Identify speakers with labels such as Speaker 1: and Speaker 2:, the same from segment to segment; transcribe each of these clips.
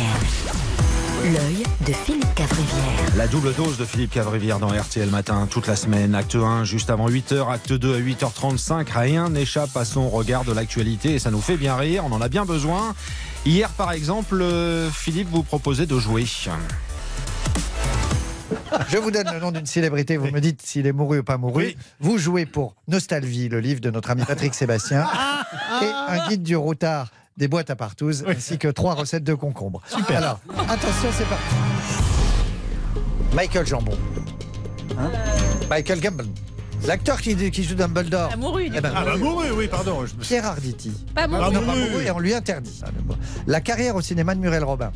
Speaker 1: RTL. L'œil de Philippe Cavrivière.
Speaker 2: La double dose de Philippe Cavrivière dans RTL Matin toute la semaine. Acte 1 juste avant 8h, acte 2 à 8h35. Rien n'échappe à son regard de l'actualité et ça nous fait bien rire, on en a bien besoin. Hier par exemple, euh, Philippe vous proposait de jouer.
Speaker 3: Je vous donne le nom d'une célébrité, vous me dites s'il est mouru ou pas mouru.
Speaker 2: Oui.
Speaker 3: Vous jouez pour Nostalvie, le livre de notre ami Patrick Sébastien,
Speaker 4: Ah,
Speaker 3: et un guide du routard des boîtes à partouze, ainsi que trois recettes de concombres. Super. Alors, attention, c'est parti. Michael Jambon. Hein Michael Gambon. L'acteur qui, qui joue Dumbledore.
Speaker 5: Pas mouru, du
Speaker 3: Eh ben,
Speaker 4: Ah bah mouru, oui, pardon. je me suis-
Speaker 3: Pierre Arditi.
Speaker 5: coup. Pas
Speaker 4: Ah
Speaker 5: mouru.
Speaker 4: non,
Speaker 3: Non, pas mouru, et on lui interdit. ça. Mais bon. La carrière au cinéma de Muriel Robin.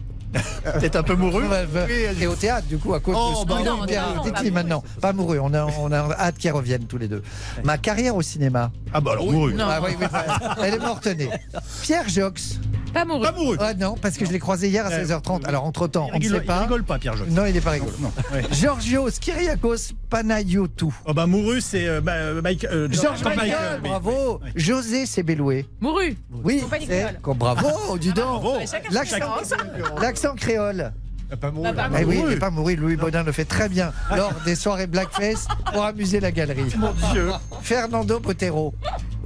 Speaker 4: Peut-être un peu mouru. Oui,
Speaker 3: Et au théâtre, du coup, à cause de
Speaker 4: Oh,
Speaker 3: ce
Speaker 4: bah
Speaker 3: scandale
Speaker 5: non,
Speaker 3: Pierre
Speaker 5: non,
Speaker 3: Arditi,
Speaker 5: pas mouru,
Speaker 3: maintenant. Pas mouru, on a, on a hâte qu'ils reviennent tous les deux. Ma carrière au cinéma.
Speaker 4: Ah bah alors mouru.
Speaker 3: Ah oui, oui, bah, elle est morte née. Pierre Jox.
Speaker 5: Pas mouru.
Speaker 4: Pas mouru.
Speaker 3: Ah non, parce que je l'ai croisé hier à
Speaker 4: Euh,
Speaker 3: 16h30. Alors, entre-temps,
Speaker 4: Il
Speaker 3: on ne
Speaker 4: rigole-
Speaker 3: sait
Speaker 4: Il
Speaker 3: pas.
Speaker 4: rigole pas, Pierre Joxe.
Speaker 3: Non, il n'est pas rigolo.
Speaker 4: Non. Ouais.
Speaker 3: Georgios Kyriakos Panayotou.
Speaker 4: Oh bah mouru, c'est euh, bah, euh, Mike. euh,
Speaker 3: Georges
Speaker 4: Michael,
Speaker 3: Michael,
Speaker 4: oui.
Speaker 3: bravo. José Sebeloué.
Speaker 5: Mouru.
Speaker 3: Oui,
Speaker 5: Faut pas dire
Speaker 3: c'est-
Speaker 5: créole.
Speaker 3: com- bravo, dis donc.
Speaker 4: Ah, Bravo.
Speaker 5: Chacun
Speaker 3: L'accent-
Speaker 5: ses références.
Speaker 3: L'accent créole.
Speaker 4: Euh, Pas mouru.
Speaker 5: Bah, pas
Speaker 3: Eh oui,
Speaker 4: mouru.
Speaker 3: il n'est pas mourir. Louis Baudin le fait très bien
Speaker 4: Ah.
Speaker 3: lors des soirées Blackface pour amuser la galerie.
Speaker 4: Mon Dieu.
Speaker 3: Fernando Botero.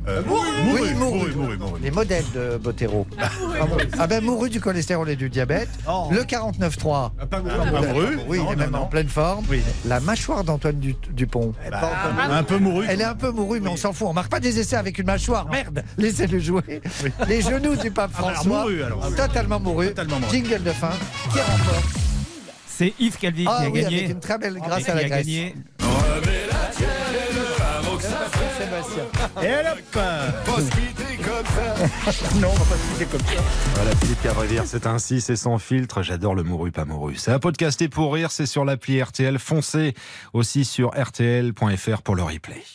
Speaker 4: Euh, mouru, mouru,
Speaker 3: Oui, mouru.
Speaker 4: mouru, mouru, mouru.
Speaker 3: Les modèles de Botero. Ah, bon. Ah ben mouru du cholestérol et du diabète.
Speaker 4: Oh.
Speaker 3: Le 49.3.
Speaker 4: Ah, Pas mouru.
Speaker 3: Ah, Oui,
Speaker 4: Non, Bah,
Speaker 3: il est
Speaker 4: non,
Speaker 3: même
Speaker 4: non.
Speaker 3: en pleine forme.
Speaker 4: Oui.
Speaker 3: La mâchoire d'Antoine Dut- Dupont.
Speaker 4: Un peu mouru.
Speaker 3: Ah, Elle est un peu mourue, mais on s'en fout. On marque pas des essais avec une mâchoire. Merde, laissez-le jouer. Les genoux du pape
Speaker 4: Ah, alors,
Speaker 3: François.
Speaker 4: mouru, alors.
Speaker 3: Totalement mouru.
Speaker 4: Totalement mouru.
Speaker 3: Jingle de fin. Qui remporte
Speaker 6: C'est Yves Calvi
Speaker 3: Ah
Speaker 6: qui a
Speaker 3: oui,
Speaker 6: gagné.
Speaker 3: avec une très belle grâce
Speaker 6: Qui
Speaker 3: à la
Speaker 6: a
Speaker 3: Grèce.
Speaker 6: gagné.
Speaker 3: Sébastien.
Speaker 4: Et hop
Speaker 2: Voilà Philippe Cavrivière, c'est ainsi, c'est sans filtre. J'adore le mouru, pas mouru. C'est à podcaster pour rire, c'est sur l'appli RTL. Foncez aussi sur rtl.fr pour le replay.